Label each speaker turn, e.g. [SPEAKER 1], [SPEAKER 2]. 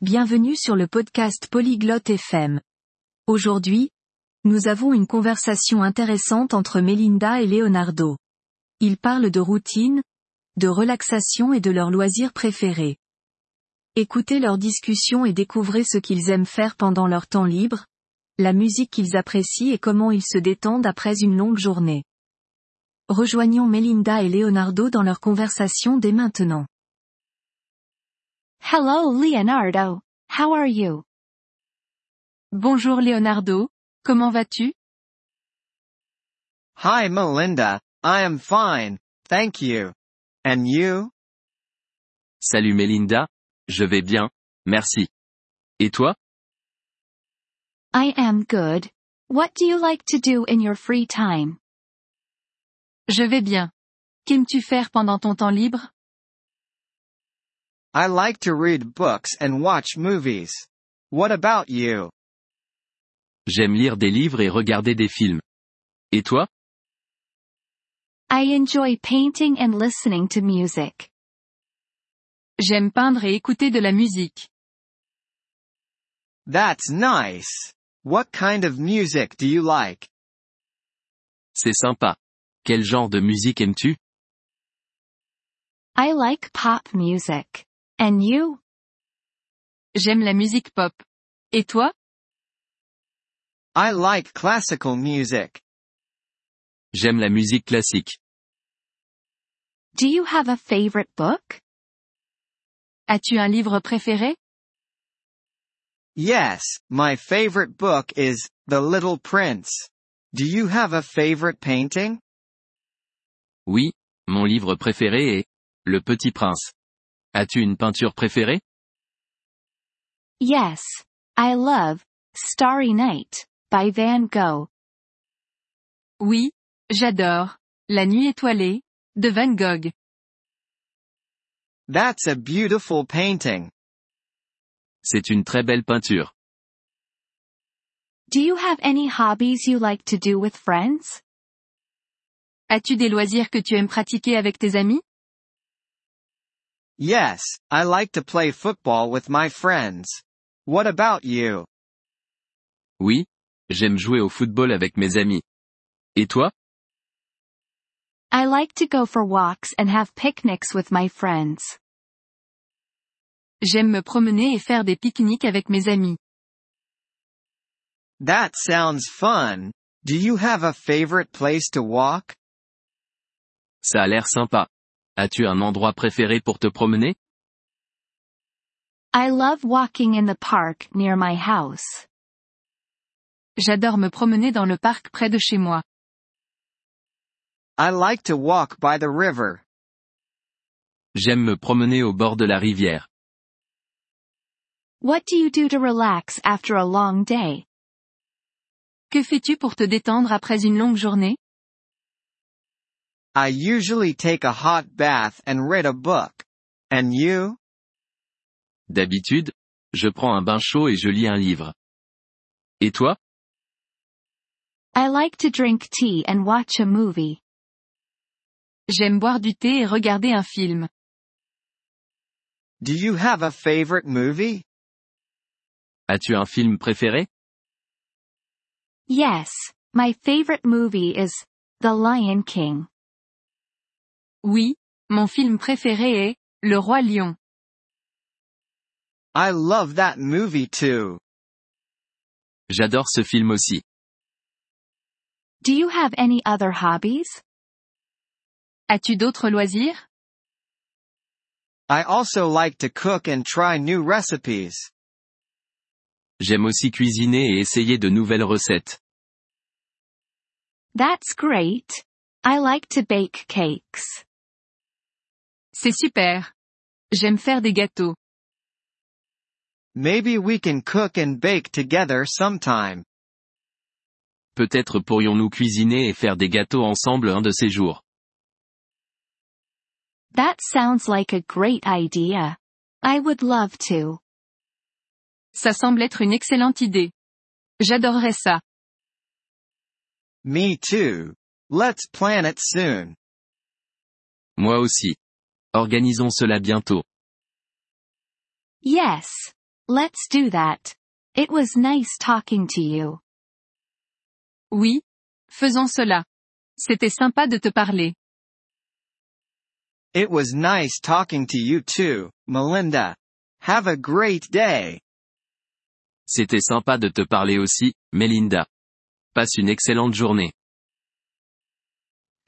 [SPEAKER 1] Bienvenue sur le podcast Polyglotte FM. Aujourd'hui, nous avons une conversation intéressante entre Melinda et Leonardo. Ils parlent de routine, de relaxation et de leurs loisirs préférés. Écoutez leur discussion et découvrez ce qu'ils aiment faire pendant leur temps libre, la musique qu'ils apprécient et comment ils se détendent après une longue journée. Rejoignons Melinda et Leonardo dans leur conversation dès maintenant.
[SPEAKER 2] Hello, Leonardo. How are you?
[SPEAKER 1] Bonjour Leonardo, comment vas-tu
[SPEAKER 3] Hi Melinda, I am fine, thank you. And you?
[SPEAKER 4] Salut Melinda, je vais bien, merci. Et toi
[SPEAKER 2] I am good. What do you like to do in your free time?
[SPEAKER 1] Je vais bien. Qu'aimes-tu faire pendant ton temps libre
[SPEAKER 3] I like to read books and watch movies. What about you?
[SPEAKER 4] J'aime lire des livres et regarder des films. Et toi
[SPEAKER 2] I enjoy painting and listening to music.
[SPEAKER 1] J'aime peindre et écouter de la musique.
[SPEAKER 3] That's nice. What kind of music do you like?
[SPEAKER 4] C'est sympa. Quel genre de musique aimes-tu
[SPEAKER 2] I like pop music. And you?
[SPEAKER 1] J'aime la musique pop. Et toi
[SPEAKER 3] I like classical music.
[SPEAKER 4] J'aime la musique classique.
[SPEAKER 2] Do you have a favorite book?
[SPEAKER 1] As-tu un livre préféré
[SPEAKER 3] Yes, my favorite book is The Little Prince. Do you have a favorite painting?
[SPEAKER 4] Oui, mon livre préféré est Le Petit Prince. As-tu une peinture préférée
[SPEAKER 2] Yes. I love Starry Night by Van Gogh.
[SPEAKER 1] Oui, j'adore. La nuit étoilée, de Van Gogh.
[SPEAKER 3] That's a beautiful painting.
[SPEAKER 4] C'est une très belle peinture.
[SPEAKER 2] Do you have any hobbies you like to do with friends?
[SPEAKER 1] As-tu des loisirs que tu aimes pratiquer avec tes amis
[SPEAKER 3] Yes, I like to play football with my friends. What about you?
[SPEAKER 4] Oui, j'aime jouer au football avec mes amis. Et toi
[SPEAKER 2] I like to go for walks and have picnics with my friends.
[SPEAKER 1] J'aime me promener et faire des pique-niques avec mes amis.
[SPEAKER 3] That sounds fun. Do you have a favorite place to walk?
[SPEAKER 4] Ça a l'air sympa. As-tu un endroit préféré pour te promener
[SPEAKER 2] I love walking in the park near my house.
[SPEAKER 1] J'adore me promener dans le parc près de chez moi.
[SPEAKER 3] I like to walk by the river.
[SPEAKER 4] J'aime me promener au bord de la rivière.
[SPEAKER 2] What do you do to relax after a long day?
[SPEAKER 1] Que fais-tu pour te détendre après une longue journée
[SPEAKER 3] I usually take a hot bath and read a book. And you?
[SPEAKER 4] D'habitude, je prends un bain chaud et je lis un livre. Et toi
[SPEAKER 2] I like to drink tea and watch a movie.
[SPEAKER 1] J'aime boire du thé et regarder un film.
[SPEAKER 3] Do you have a favorite movie?
[SPEAKER 4] As-tu un film préféré
[SPEAKER 2] Yes, my favorite movie is The Lion King.
[SPEAKER 1] Oui, mon film préféré est Le Roi Lion.
[SPEAKER 3] I love that movie too.
[SPEAKER 4] J'adore ce film aussi.
[SPEAKER 2] Do you have any other hobbies?
[SPEAKER 1] As-tu d'autres loisirs
[SPEAKER 3] I also like to cook and try new recipes.
[SPEAKER 4] J'aime aussi cuisiner et essayer de nouvelles recettes.
[SPEAKER 2] That's great. I like to bake cakes.
[SPEAKER 1] C'est super. J'aime faire des gâteaux.
[SPEAKER 3] Maybe we can cook and bake together sometime.
[SPEAKER 4] Peut-être pourrions-nous cuisiner et faire des gâteaux ensemble un de ces jours.
[SPEAKER 2] That sounds like a great idea. I would love to.
[SPEAKER 1] Ça semble être une excellente idée. J'adorerais ça.
[SPEAKER 3] Me too. Let's plan it soon.
[SPEAKER 4] Moi aussi. Organisons cela bientôt.
[SPEAKER 2] Yes. Let's do that. It was nice talking to you.
[SPEAKER 5] Oui. Faisons cela. C'était sympa de te parler.
[SPEAKER 3] It was nice talking to you too, Melinda. Have a great day.
[SPEAKER 4] C'était sympa de te parler aussi, Melinda. Passe une excellente journée.